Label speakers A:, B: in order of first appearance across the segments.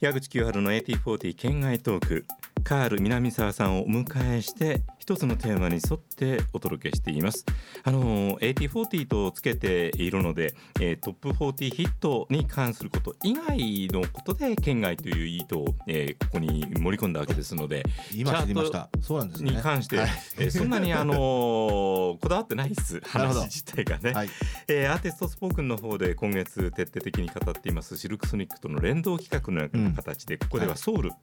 A: 矢口清春の AT40 県外トークカール南沢さんをお迎えして一つのテーマに沿ってお届けしていますあの AT40 とつけているので、えートップ40ヒットに関すること以外のことで県外という意図を、えーここに盛り込んだわけですので
B: 今知りました。そうなんですね。
A: に関して、
B: はい
A: えーそんなにあ のーこだわってないです
B: なるほ
A: 話
B: ど
A: 自体がね、
B: はい
A: えーアーティストスポークンの方で今月徹底的に語っていますシルクソニックとの連動企画のような形で、ここではソウル、
B: は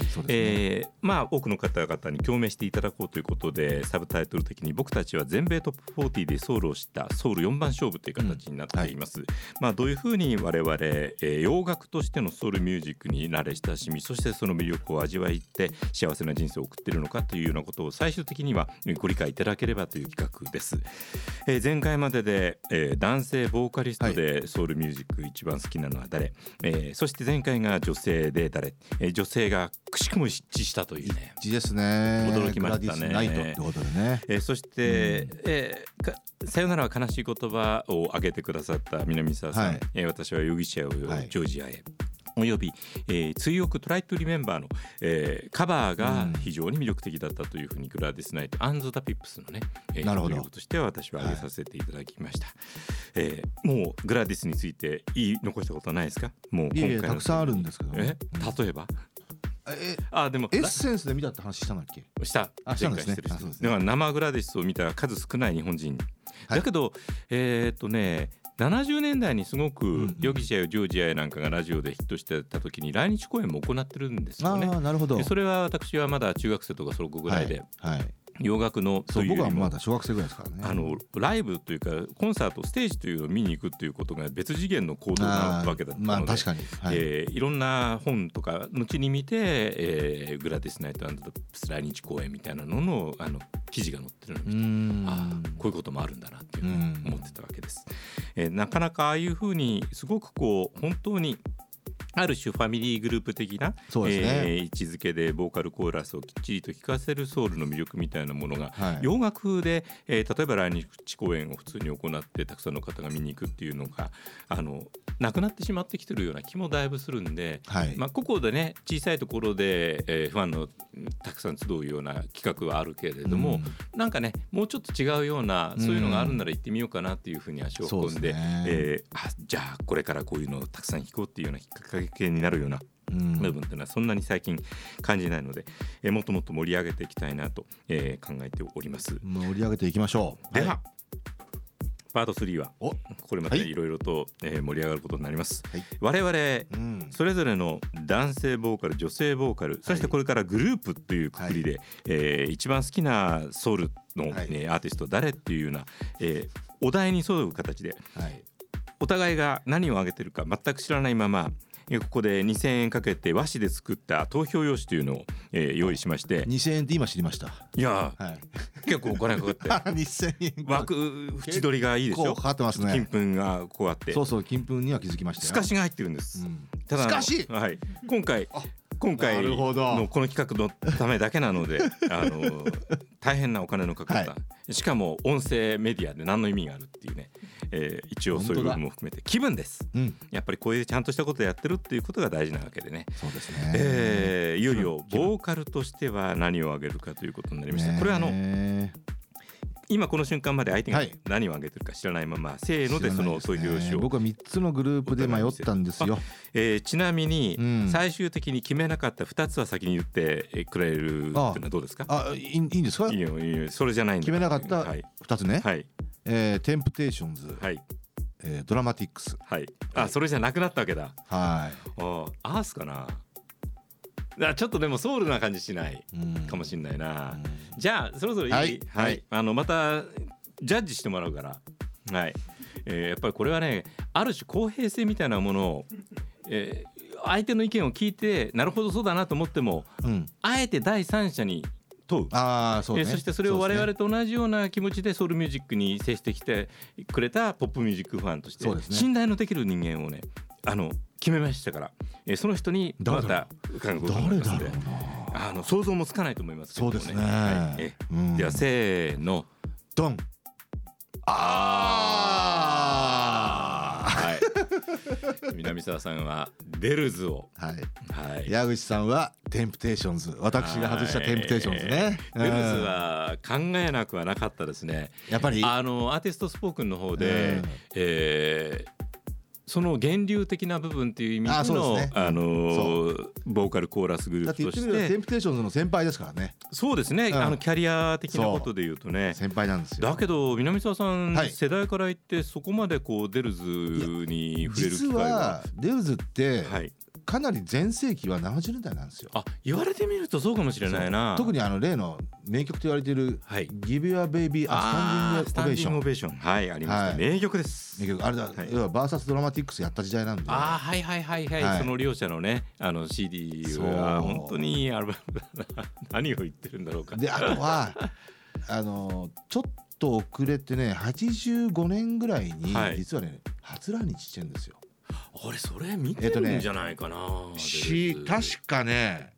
B: い、そうですね。
A: えーまあ多くの方々に共鳴していただこうということでサブタイトル的に僕たちは全米トップ40でソウルを知ったソウル4番勝負という形になっています、まあどういうふうに我々、えー洋楽としてのソウルミュージックに慣れ親しみそしてその魅力を味わいって幸せな人生を送っているのかというようなことを最終的にはえーご理解いただければという企画です、えー前回までで、えー男性ボーカリストでソウルミュージック一番好きなのは誰、えーそして前回が女性で誰、えー女性がくしくも一致したというね、
B: 一致ですね。
A: 驚きましたね
B: グラディスナイトってことでね。
A: えーそして、えーかさよならは悲しい言葉を挙げてくださった南沢さん、
B: はい
A: えー私は容疑者をジ
B: はい
A: ョージアへ。および、えー、追憶トライトリメンバーの、えーカバーが
B: うん
A: 非常に魅力的だったというふうにグラディスナイト、アンズ・ザ・ピップスのね、えー、
B: なるほど
A: 魅力としては私は挙げさせていただきました、えーもうグラディスについて言い残したことはないですかもう
B: い
A: 今
B: や
A: 回
B: いや
A: の
B: たくさんあるんですけど
A: え
B: ね。うん
A: 例えば
B: え
A: あでも
B: エッセンスで見たって話したんだっけ？
A: した
B: あしたんですね
A: 前回してる人
B: あそうです
A: だ
B: ね
A: から生グラディスを見た数少ない日本人、
B: はい
A: だけどえーっとね70年代にすご
B: んう
A: く
B: ん
A: 「ヨギシャよジョージアへ」なんかがラジオでヒットしてた時に来日公演も行ってるんです
B: あ
A: よね。
B: あ、なるほど。
A: でそれは私はまだ中学生とかそのぐらいで
B: はい。はい
A: 洋楽の
B: そ
A: と
B: う
A: いう
B: 僕
A: よ
B: は
A: りも
B: まだ小学生ぐらいですからね。
A: あのライブというかコンサートステージというのを見に行くということが別次元の行動な
B: あー
A: わけだったので、
B: まあ確かに。はい。
A: えーいろんな本とか後に見て、えーグラディス・ナイト・アンド・プス来日公演みたいなののあの記事が載ってるの
B: う
A: に、
B: ーん
A: ああこういうこともあるんだなっていうのを
B: うん
A: 思ってたわけです、えーなかなかああいうふうにすごくこう本当にある種ファミリーグループ的な、
B: そうです
A: え
B: ね。
A: ー位置づけでボーカルコーラスをきっちりと聴かせるソウルの魅力みたいなものが
B: はい。
A: 洋楽で、えー例えば来日公演を普通に行ってたくさんの方が見に行くっていうのがあのなくなってしまってきてるような気もだいぶするんで、
B: はい。
A: まあ、個々でね小さいところで、えーファンのうんたくさん集うような企画はあるけれども、なんかねもうちょっと違うようなそういうのがあるなら行ってみようかなっていうふうに足
B: うん、
A: を
B: そうで
A: 運
B: す
A: んで。
B: ね。
A: えーあじゃあこれからこういうのをたくさん弾こうっていうようなきっかけになるような
B: うん
A: 部分っていうのはそんなに最近感じないので、えーもっともっと盛り上げていきたいなと、えー考えております。
B: 盛り上げていきましょう。
A: では、
B: い
A: パート3は
B: お、
A: これまた
B: はい
A: いろいろと、えー盛り上がることになります、
B: はい
A: 我々
B: うん、
A: それぞれの男性ボーカル女性ボーカルそしてこれからグループというくくりで、えー一番好きなソウルの、
B: はい
A: えーアーティスト誰っていうような、えーお題に沿う形で
B: はい、
A: お互いが何を挙げてるか全く知らないままえーここで2,000円かけて和紙で作った投票用紙というのを、えー用意しまして
B: 2000円って今知りました。
A: いや
B: はい。
A: ー結構お金 かかって
B: 2000円。
A: 枠縁取りがいいでし
B: こ
A: ょ
B: うかかってます
A: 金
B: ね。
A: 粉がこうあって
B: そうそう金粉には気づきましたよ。
A: 透かしが入ってるんです、
B: うん
A: ただ
B: 透かし
A: はい、今回
B: あ
A: 今回
B: なるほど
A: のこの企画のためだけな のであの大変なお金のかかった、
B: は
A: しかも音声メディアで何の意味があるっていうね、えー一応そういう部分も含めて気分です
B: うん、
A: やっぱりこういうちゃんとしたことやってるっていうことが大事なわけでね、
B: そうですね。
A: えーいよいよ
B: 気分
A: ボーカルとしては何をあげるかということになりました、これはあの
B: ね
A: 今この瞬間まで相手が
B: はい
A: 何をあげてるか知らないまま、せーのでその投
B: 知らない
A: 票
B: です
A: し
B: ね
A: を
B: 僕は三つのグループで迷ったんですよ。
A: えーちなみに、
B: うん
A: 最終的に決めなかった2つは先に言ってえーくれるっていうのはどうですか
B: あ、いいいいんですか
A: いい？よいいよそれじゃないんだ
B: 決めなかった
A: はい
B: 二つね。
A: はい
B: えーテンプテーションズ、
A: はい
B: えードラマティックス。
A: はいあそれじゃなくなったわけだ
B: は
A: あーアースかなあちょっとでもソウルな感じしない
B: い。うん
A: かもしれないな、
B: うん
A: じゃあそろそろいい、は
B: はいいはい
A: あのまたジャッジしてもらうから、はいえーやっぱりこれはねある種公平性みたいなものを、えー相手の意見を聞いてなるほどそうだなと思っても
B: うん。
A: あえて第三者に問う
B: ああ、そう
A: え
B: ね。
A: ーそしてそれを
B: う
A: 我
B: ですね
A: 々と同じような気持ちでソウルミュージックに接してきてくれたポップミュージックファンとして
B: そうですね
A: 信頼のできる人間をねあの決めましたから、えーその人にま
B: 誰
A: た
B: だ
A: 伺うことになり
B: 誰
A: ます
B: だ
A: の
B: ろう
A: で
B: な。
A: あの想像もつかないと思いますけど
B: そう
A: も
B: ですね。
A: はいえ
B: うん
A: ーではせーの、
B: ドン。ああ。
A: はい、 南沢さんはデルズを、
B: はい
A: はい、
B: 矢口さんはテンプテーションズ私が外したテンプテーションズね、
A: デルズ
B: うん
A: は考えなくはなかったですね。
B: やっぱり
A: あのアーティストスポークンの方
B: う
A: で
B: ん、
A: えーその源流的な部分っていう意味
B: あそう
A: の
B: ですね
A: あのーボーカルコーラスグル
B: だ
A: ー
B: って言
A: プと
B: って
A: し
B: みればテ
A: て
B: ンプテーションズの先輩ですからね
A: そうですね、
B: うん
A: あのキャリア的なことで言うとね
B: 先輩なんですよ
A: だけど南沢さん、
B: はい
A: 世代から言ってそこまでこうデルズに触れる機
B: 実
A: 会が
B: はデルズって
A: はい、
B: かなり全盛期は70年代なんですよ
A: あ言われてみるとそうかもしれないな
B: 特
A: に
B: にあの例の名曲と言われている
A: はい
B: 「Give Your Baby a
A: あー
B: Standing
A: ス
B: Ovation
A: タンディングオベーションはいありました、
B: はい
A: 名曲です
B: 名曲あれだ、
A: はい
B: 要はバーサスドラマティックスやった時代なんで
A: ああはいはいはいはい、
B: はい
A: その両者のねあの CD
B: そう
A: は本当にいいアルバムだな 何を言ってるんだろうか
B: であとは あのちょっと遅れてね85年ぐらいに、
A: はい
B: 実はね初来日してんですよ。
A: 俺それ見てるんじゃないかな、
C: し
A: デルズ
C: 確かね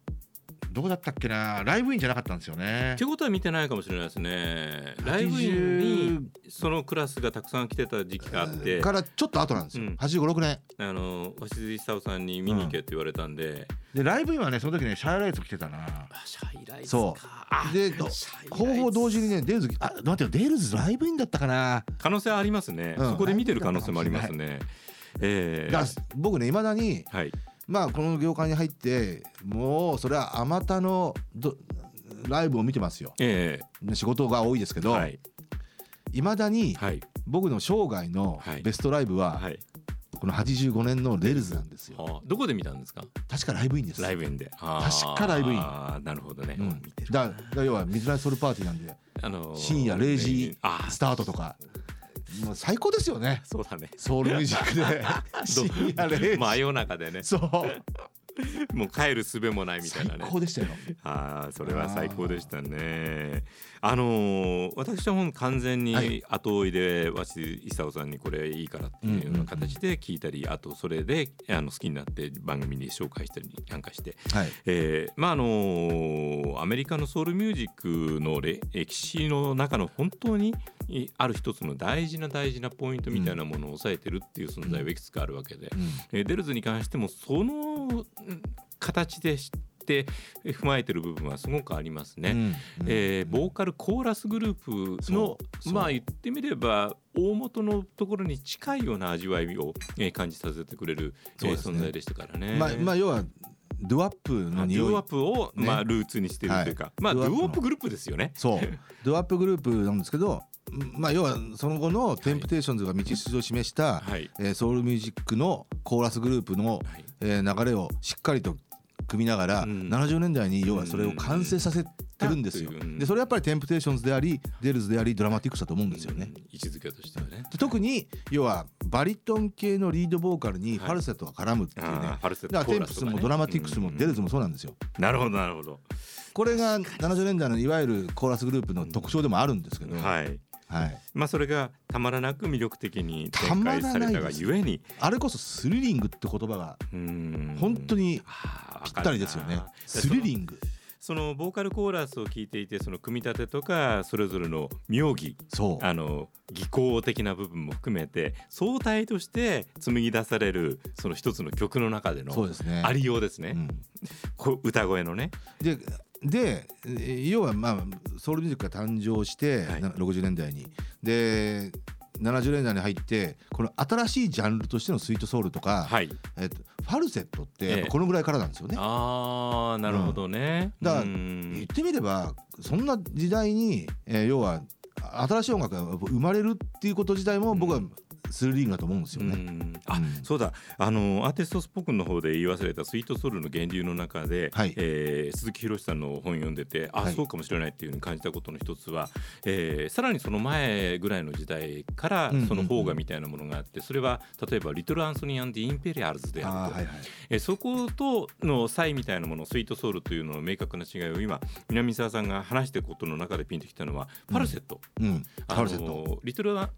C: どこだったっけなライブインじゃなかったんですよね
A: ってことは見てないかもしれないですねライブインにそのクラスがたくさん来てた時期があって
B: からちょっと後なんですよ、
A: うん
B: 856年
A: あの鷲津久夫さんに見に行けって言われたんで、
C: でライブインはねその時ねシャイライト来てたな
A: あシャイライズ
B: そ
A: か
B: う
A: あ
B: で
A: シャイライズ
B: ほぼ同時にねデーズあ待ってよデールズライブインだったかな、
A: 可能性ありますね、
B: うん
A: そこで見てる可能性もありますねええ
B: だから僕ねいまだに
A: はい
B: まあこの業界に入ってもうそれはあまたのどライブを見てますよ
A: え
B: 仕事が多いですけ
A: え
B: ど、
A: はいい
B: まだに
A: はい
B: 僕の生涯の
A: はい
B: ベストライブは
A: はい
B: この85年のレルズなんですよ
A: あどこで見たんですか
B: 確かライブインです
A: ライブインであー
B: 確かライブイン
A: あーなるほどね、
B: うん
A: 見てる
B: だだから要はミッドナイトソウルパーティーなんで
A: あのー
B: 深夜0時
A: あ
B: スタートとかもう最高ですよね
A: そうだね
B: ソウルミュージック で 深夜0時、
A: 真夜中でね
B: そう
A: もう帰る術もないみたい
B: 最
A: なね
B: 高でしたよ
A: ああそれは最高でしたね。あのー私はもう完全
B: は
A: に
B: い
A: 後追いで鷲井久夫さんにこれいいからっていうような形で聞いたり、あとそれであの好きになって番組に紹介したりなんかして、
B: はい
A: えーまああのーアメリカのソウルミュージックのれ歴史の中の本当にいある一つの大事な大事なポイントみたいなものを抑えてるっていう存在はいくつかあるわけで、
B: うん
A: えーデルズに関してもそのうん形で知ってえー踏まえてる部分はすごくありますね。
B: うん
A: えー
B: うん
A: ボーカルコーラスグループの
B: そうそう
A: まあ言ってみれば大元のところに近いような味わいを、えー感じさせてくれる、えー
B: そうですね
A: 存在でしたからね。
B: まあまあ要はドゥアップの
A: デ
B: 匂
A: ュオアッ
B: い
A: プを、
B: ね
A: まあ、ルーツにしてるというか、まあ
B: デ
A: デ
B: ュ
A: ュ
B: オア
A: オ
B: ップの
A: アップグループですよね。
B: そうドゥアップグループなんですけどまあ要はその後のテンプテーションズが道筋を示した、
A: はい、
B: えーソウルミュージックのコーラスグループの
A: はい
B: えー流れをしっかりと組みながら、
A: うん
B: 70年代に要はそれを完成させてるんですよ。
A: うん
B: でそれやっぱりテンプテーションズでありデルズでありドラマティックスだと思うんですよね。
A: うん位置づけとしてはね。
B: で特に要はバリトン系のリードボーカルに
A: はい
B: ファルセットが絡むっていうね、
A: あーファルセッ
B: だから
A: トコー
B: テン
A: ラ
B: プ
A: ス
B: ス
A: とかね
B: もドラマティックスもデルズもそうなんですよ。
A: なるほどなるほど。
B: これが70年代のいわゆるコーラスグループの特徴でもあるんですけど、はい
A: はいまあ、それがたまらなく魅力的に
B: た
A: 展
B: まら
A: 開
B: ない
A: されたがゆえに
B: あれこそスリリングって言葉が本
A: 本
B: 当に
A: ぴ
B: ぴったりですよね。スリリング
A: そのボーカルコーラスを聞いていてその組み立てとかそれぞれの妙技
B: そう
A: あの技巧的な部分も含めて総体として紡ぎ出されるその一つの曲の中で
B: そう
A: の
B: ですね。
A: ありようですね、
B: うん
A: こう歌声のね
B: ででえー要はまあソウルミュージックが誕生して、
A: はい
B: な60年代にで70年代に入ってこの新しいジャンルとしてのスイートソウルとか、
A: はい
B: えっとファルセットってやっ
A: ええ
B: ぱこのぐらいからなんですよね。
A: ああなるほどね、
B: うんだから
A: うん
B: 言ってみればそんな時代に、えー要は新しい音楽が生まれるっていうこと自体も僕はスリリングだと思うんですよ
A: う
B: ね。
A: んあ、
B: うん
A: そうだあのアーティストスポークンの方で言い忘れたスイートソウルの源流の中で、
B: はい
A: えー鈴木宏さんの本読んでてあ、
B: はい
A: そうかもしれないっていうふうに感じたことの一つは、えーさらにその前ぐらいの時代から
B: うんうんうん
A: その方がみたいなものがあってそれは例えば「リトル・アンソニー・アンディ・インペリアルズ」で
B: あ
A: あ
B: あ
A: ると、
B: はいはい
A: えーそことの差異みたいなものスイートソウルというのの明確な違いを今南沢さんが話していくことの中でピンときたのはファルセット。
B: うん、フ
A: あ
B: ァ
A: の
B: ルセット、
A: リトル・ア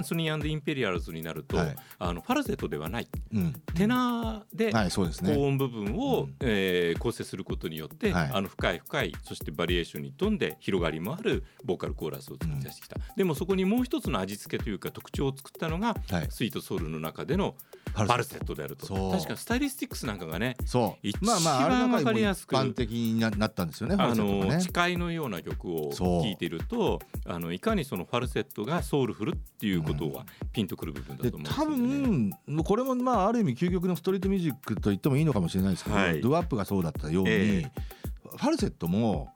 A: ンソニー・アンド・インペリアルズになると、
B: はい
A: あのファルセットではない
B: うん、
A: テナーで
B: はいそうです
A: 高
B: ね。
A: 音部分を、
B: うん
A: えー構成することによって、
B: はい
A: あの深い深いそしてバリエーションに富んで広がりもあるボーカルコーラスを作り出してきた、でもそこにもう一つの味付けというか特徴を作ったのが、
B: はい
A: スイートソウルの中での
B: パル
A: パルセットであると
B: そう
A: 確かスタイリスティックスなんかがね
B: そう
A: 一
B: まあまああれ
A: 番
B: の
A: わか
B: 回も
A: り
B: 一
A: やすく
B: 般的にななったんですよね
A: あ
B: ファルセット
A: の
B: がね
A: 誓いのような曲を
B: そう
A: 聴いているとあのいかにそのファルセットがソウルフルっていうことはピンとくる部分だ
B: で
A: と思うんです
B: 多
A: よね。
B: 分これもまあある意味究極のストリートミュージックと言ってもいいのかもしれないですけど、
A: はい
B: ドゥアップがそうだったように、
A: え
B: ファルセットも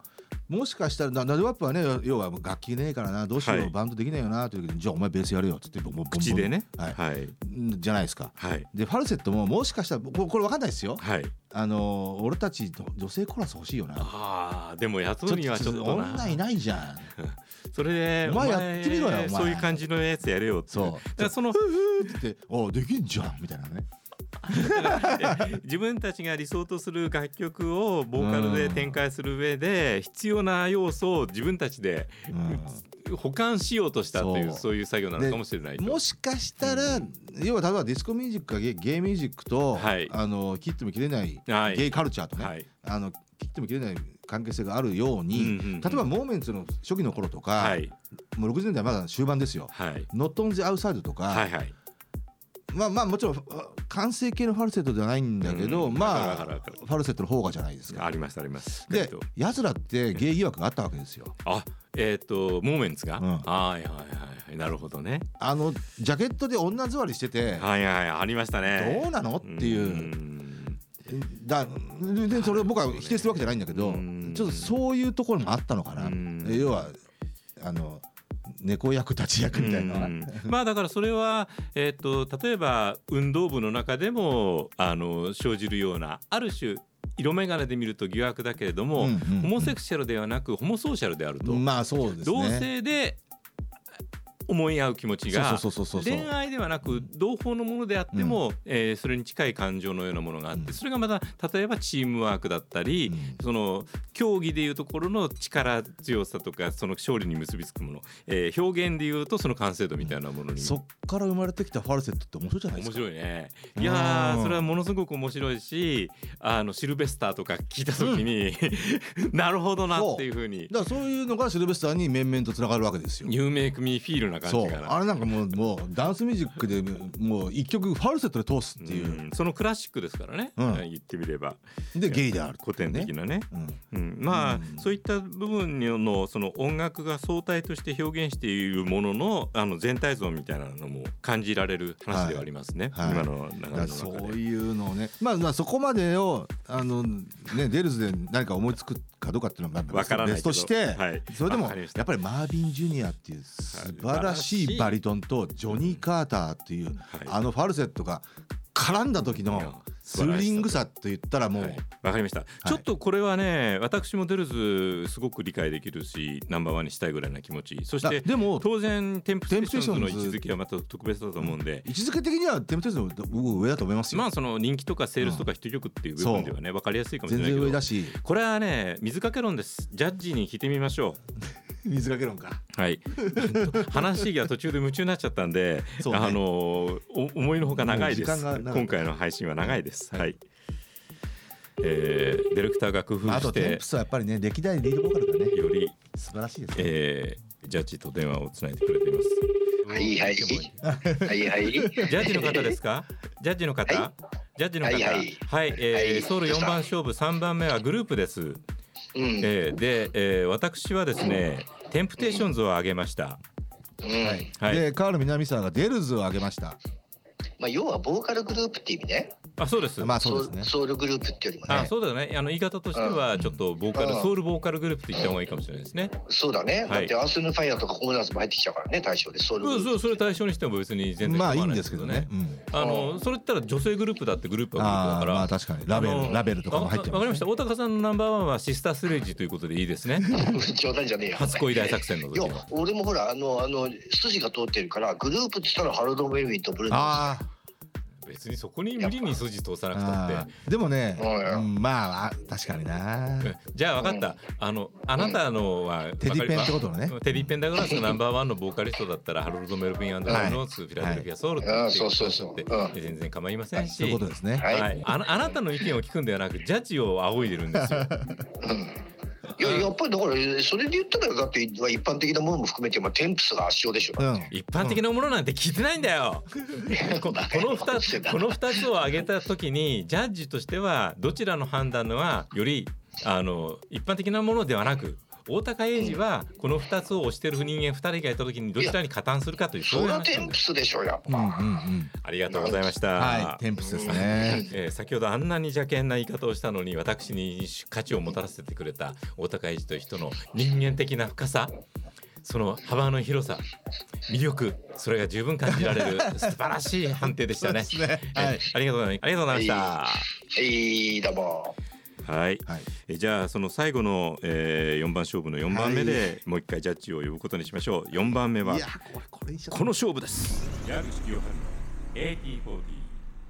B: もしかしたらななドゥアップはね要は楽器ねえからなどうしよう、
A: はい
B: バンドできないよなという時にじゃあお前ベースやるよっつってボンボンボンボン
A: 口でね
B: はい
A: はい
B: んじゃないですか。
A: はい
B: でファルセットももしかしたらここれわかんないですよ
A: はい
B: あの俺たち女性コーラス欲しいよな
A: ああでも雇うにはちょっとな
B: 女いないじゃん
A: それで
B: お前やってみろよお前
A: そういう感じのやつやれよって
B: そう
A: だからその
B: っておできんじゃんみたいなね
A: 自分たちが理想とする楽曲をボーカルで展開する上で必要な要素を自分たちで
B: うん
A: 保管しようとしたという
B: そう
A: そういう作業なのかもしれないと
B: もしかしたら、要は例えばディスコミュージックかゲゲイミュージックと、
A: はい
B: あの切っても切れない、
A: はい
B: ゲイカルチャーとね、
A: はい
B: あの切っても切れない関係性があるように、
A: うんうんうん
B: 例えばモーメンツの初期の頃とか、
A: はい
B: もう60年代まだ終盤ですよ。
A: はい
B: ノット・オン・ザ・アウサイドとか、
A: はいはい
B: まあまあもちろんあ完成形のファルセットではないんだけど、
A: うん
B: まあ
A: わかるわかるわか
B: ファルセットの方がじゃないですか。
A: ありましたあります
B: でやつらってゲイ疑惑があったわけですよ。
A: あえっ、とモーメンツが、
B: うん
A: はいはいはいはいなるほどね
B: あのジャケットで女座りしてて、
A: はいはいありましたね
B: どうなのっていう。
A: うん
B: だ全然それを僕は否定するわけじゃないんだけど、
A: うん
B: ちょっとそういうところもあったのかな、
A: うん
B: 要はあの猫役たち役みたいな、
A: うんまあだからそれは、えー、と例えば運動部の中でもあの生じるようなある種色眼鏡で見ると疑惑だけれども、
B: うんうんうん
A: ホモセクシャルではなくホモソーシャルであると、
B: まあそうですね
A: 同性で思い合う気持ちが
B: そうそうそうそうそう
A: 恋愛ではなく同胞のものであっても、えーそれに近い感情のようなものがあって、
B: うん
A: それがまた例えばチームワークだったり、
B: うん
A: その競技でいうところの力強さとかその勝利に結びつくもの、えー表現でいうとその完成度みたいなものに、
B: そっから生まれてきたファルセットって面白いじゃない
A: 面
B: ですか
A: 白いねいや
B: う
A: ー
B: ん
A: それはものすごく面白いしあのシルベスターとか聞いた時に、 なるほどなっていうふうに
B: だからそういうのがシルベスターに面々とつながるわけです
A: 「
B: よ
A: ニューメイク・ミー・フィール」な感
B: そ
A: じ
B: う
A: かな。
B: あれなんかもうもうダンスミュージックでもう一曲ファルセットで通すっていう、
A: うんそのクラシックですからね、
B: うん
A: 言ってみれば
B: でゲイである
A: 古典的なね
B: うん
A: うん、まあ、
B: うん
A: そういった部分のその音楽が相対として表現しているもののあの全体像みたいなのも感じられる話ではありますね、
B: はい
A: 今の流れ
B: だ
A: の
B: から
A: 中で。
B: そういうのをね、まあ、まあそこまでをあの、ね、デルズで何か思いつくかどうかっていうのはまあ
A: わからないけ
B: 別
A: ど
B: として、
A: はい
B: それでも
A: わかり
B: や
A: ました
B: っぱりマービン・ジュニアっていう素晴らしいバリトンとジョニー・カーターっていう、
A: はい
B: あのファルセットが絡んだ時
A: いや
B: のスリングさと言ったらもう、
A: はいわかりました、ちょっとこれはね私もデルズすごく理解できるしナンバーワンにしたいぐらいな気持ちそし
B: だ
A: て
B: でも
A: 当然テンプステーションズの
B: テ
A: 位
B: ン
A: 置
B: プステーションズ
A: づけはまた特別だと思うんで、
B: 位置づけ的にはテンプテーションズの僕上だと思いますよ、
A: まあその人気とかセールスとかヒット曲っていう部分ではね分かりやすいかもしれ
B: 全
A: ない
B: 然
A: け
B: 上
A: ど
B: だし
A: これはね水かけ論ですジャッジに聞いてみましょ
B: 水かけ論か
A: う はい話が途中で夢中になっちゃったんで、
B: そうね
A: あのお思いのほか長いで
B: もう
A: す
B: 時間が長い
A: 今回の配信は長いですはい、えーディレクターが工夫
B: あ
A: し
B: とテン
A: て
B: プスはやっぱりね歴代リードボーカルがね
A: より、
B: 素晴らしいですね
A: えージャッジと電話をつないでくれています
D: はいはい。はいは い。
A: ジャッジの方ですか。ジャッジの方。
D: は
A: ジャッジの方。は、
D: はいいはい
A: えー
D: はい
A: ソウル四番勝負、三番目はグループです。
D: うん。うん。
A: えーで、えー私はですね、テンプテーションズを上げました。
B: はい
A: はい
B: で川野南さんがデルズを挙げました
D: まあ要はボーカルグループって意味ね。
A: あ、そうです。
B: まあそうですね
D: ソウルソウルグループってよりもね
A: あ。そうだね。あの言い方としては、ちょっとボーカル、
D: うん
A: ソウルボーカルグループと言った方がいいかもしれないですね。
D: そうだね。
A: はい
D: だってアースヌファイアとかホームランスも入ってきちゃうからね、対象でソウルグ
A: う
D: ル
A: ん、
D: ープ。
A: そう、それ対象にしても別に全然構
B: ま
A: わ
B: あい
A: ないい
B: ん
A: ん
B: で
A: ですす
B: け
A: け
B: ど
A: ど
B: ね
A: ね。。
B: うん
A: あの、それ言ったら女性グループだってグループは
B: あ
A: グ
B: ー
A: ループだから。
B: まあ確かにラベ
A: あの
B: ルラベルとかも入って
A: わわ
B: ま
A: か
B: す
A: りました。大高さんのナンバーワンはシスタースレッジということでいいです ね。
D: 冗談じゃねえよ。
A: 初恋大作戦の
D: いや
A: 時は。
D: 俺もほらあのあの筋が通ってるからグループって言ったらハロルド・ウェイウィンとブルーノ
B: あ
A: 別にそこに無理に筋通さなくた
B: あ
A: って。
B: ーでもね、
D: うん
B: うんまああ確かにな
A: うんじゃあ分かった、あのあなたのは、
B: テディペンってことね
A: テディペンダグラスのナンバーワンのボーカリストだったらハロルド・メルヴィン・アンダーソン・ノーツ、フィラデルフィア・ソウルって
D: は
A: 言
D: い
A: って
D: あそうそうそう
A: って
D: う
A: 全然構いませ
B: は
A: ん
B: い
A: し、
B: そういうことですね
D: はい
A: はいあのあなたの意見を聞くんではなくジャッジを仰いでるんですよ。
D: いややっぱりだからそれで言ったらだって一般的なものも含めてまあテンプスが圧勝でしょだって
A: 一般的なものなんて聞いてないんだ よ。ここの二つ、この二つを挙げた時に、ジャッジとしては、どちらの判断はより、あの、一般的なものではなく。大高英二は、この二つを推してる人間二人がいた時に、どちらに加担するかという。
D: そ
A: そういう
D: れは
A: 話
D: テ
A: なん
D: ン
A: だ
D: プ
A: よ
D: スでしょやっ
B: うんうん
D: ぱ、
B: うん
A: ありがとうございました。
B: はいテンプスですね
A: えー先ほどあんなに邪険な言い方をしたのに私に価値をもたらせてくれた大高英二という人の人間的な深さその幅の広さ魅力それが十分感じられ る素晴らしい判定でしたね。
B: そうですねはい
A: えーありがとうございまありがとうございました。
D: いいだも
A: はい、
B: はい
A: えーじゃあその最後の、えー、4番勝負の4番目
B: は
A: でもう一回ジャッジを呼ぶことにしましょう。4番目はい
B: やこれこれにしちゃった
A: この勝負です矢口清春 AT40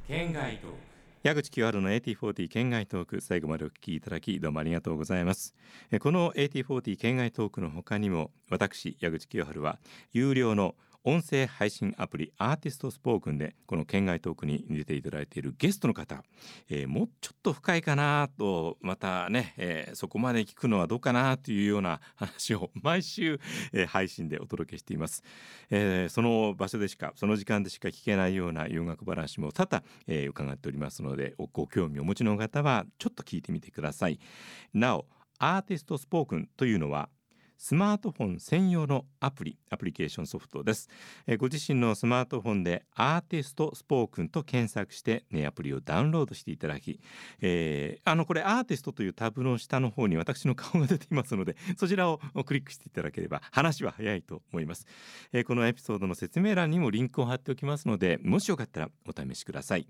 A: 県外トーク矢口清春の AT40 県外トーク最後までお聞きいただきどうもありがとうございますえこの AT40 県外トークの他にも私矢口清春は有料の音声配信アプリアーティストスポークンでこの県外トークに出ていただいているゲストの方、えーもうちょっと深いかなとまたね、えーそこまで聞くのはどうかなというような話を毎週、えー配信でお届けしていますえーその場所でしかその時間でしか聞けないような洋楽話も多々、えー伺っておりますのでおご興味お持ちの方はちょっと聞いてみてくださいなおアーティストスポークンというのはスマートフォン専用のアプリアプリケーションソフトです、えーご自身のスマートフォンでアーティストスポークンと検索して、ね、アプリをダウンロードしていただき、えーあのこれアーティストというタブの下の方に私の顔が出ていますのでそちらをクリックしていただければ話は早いと思いますえーこのエピソードの説明欄にもリンクを貼っておきますのでもしよかったらお試しください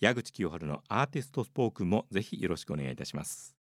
A: 矢口清春のアーティストスポークンもぜひよろしくお願いいたします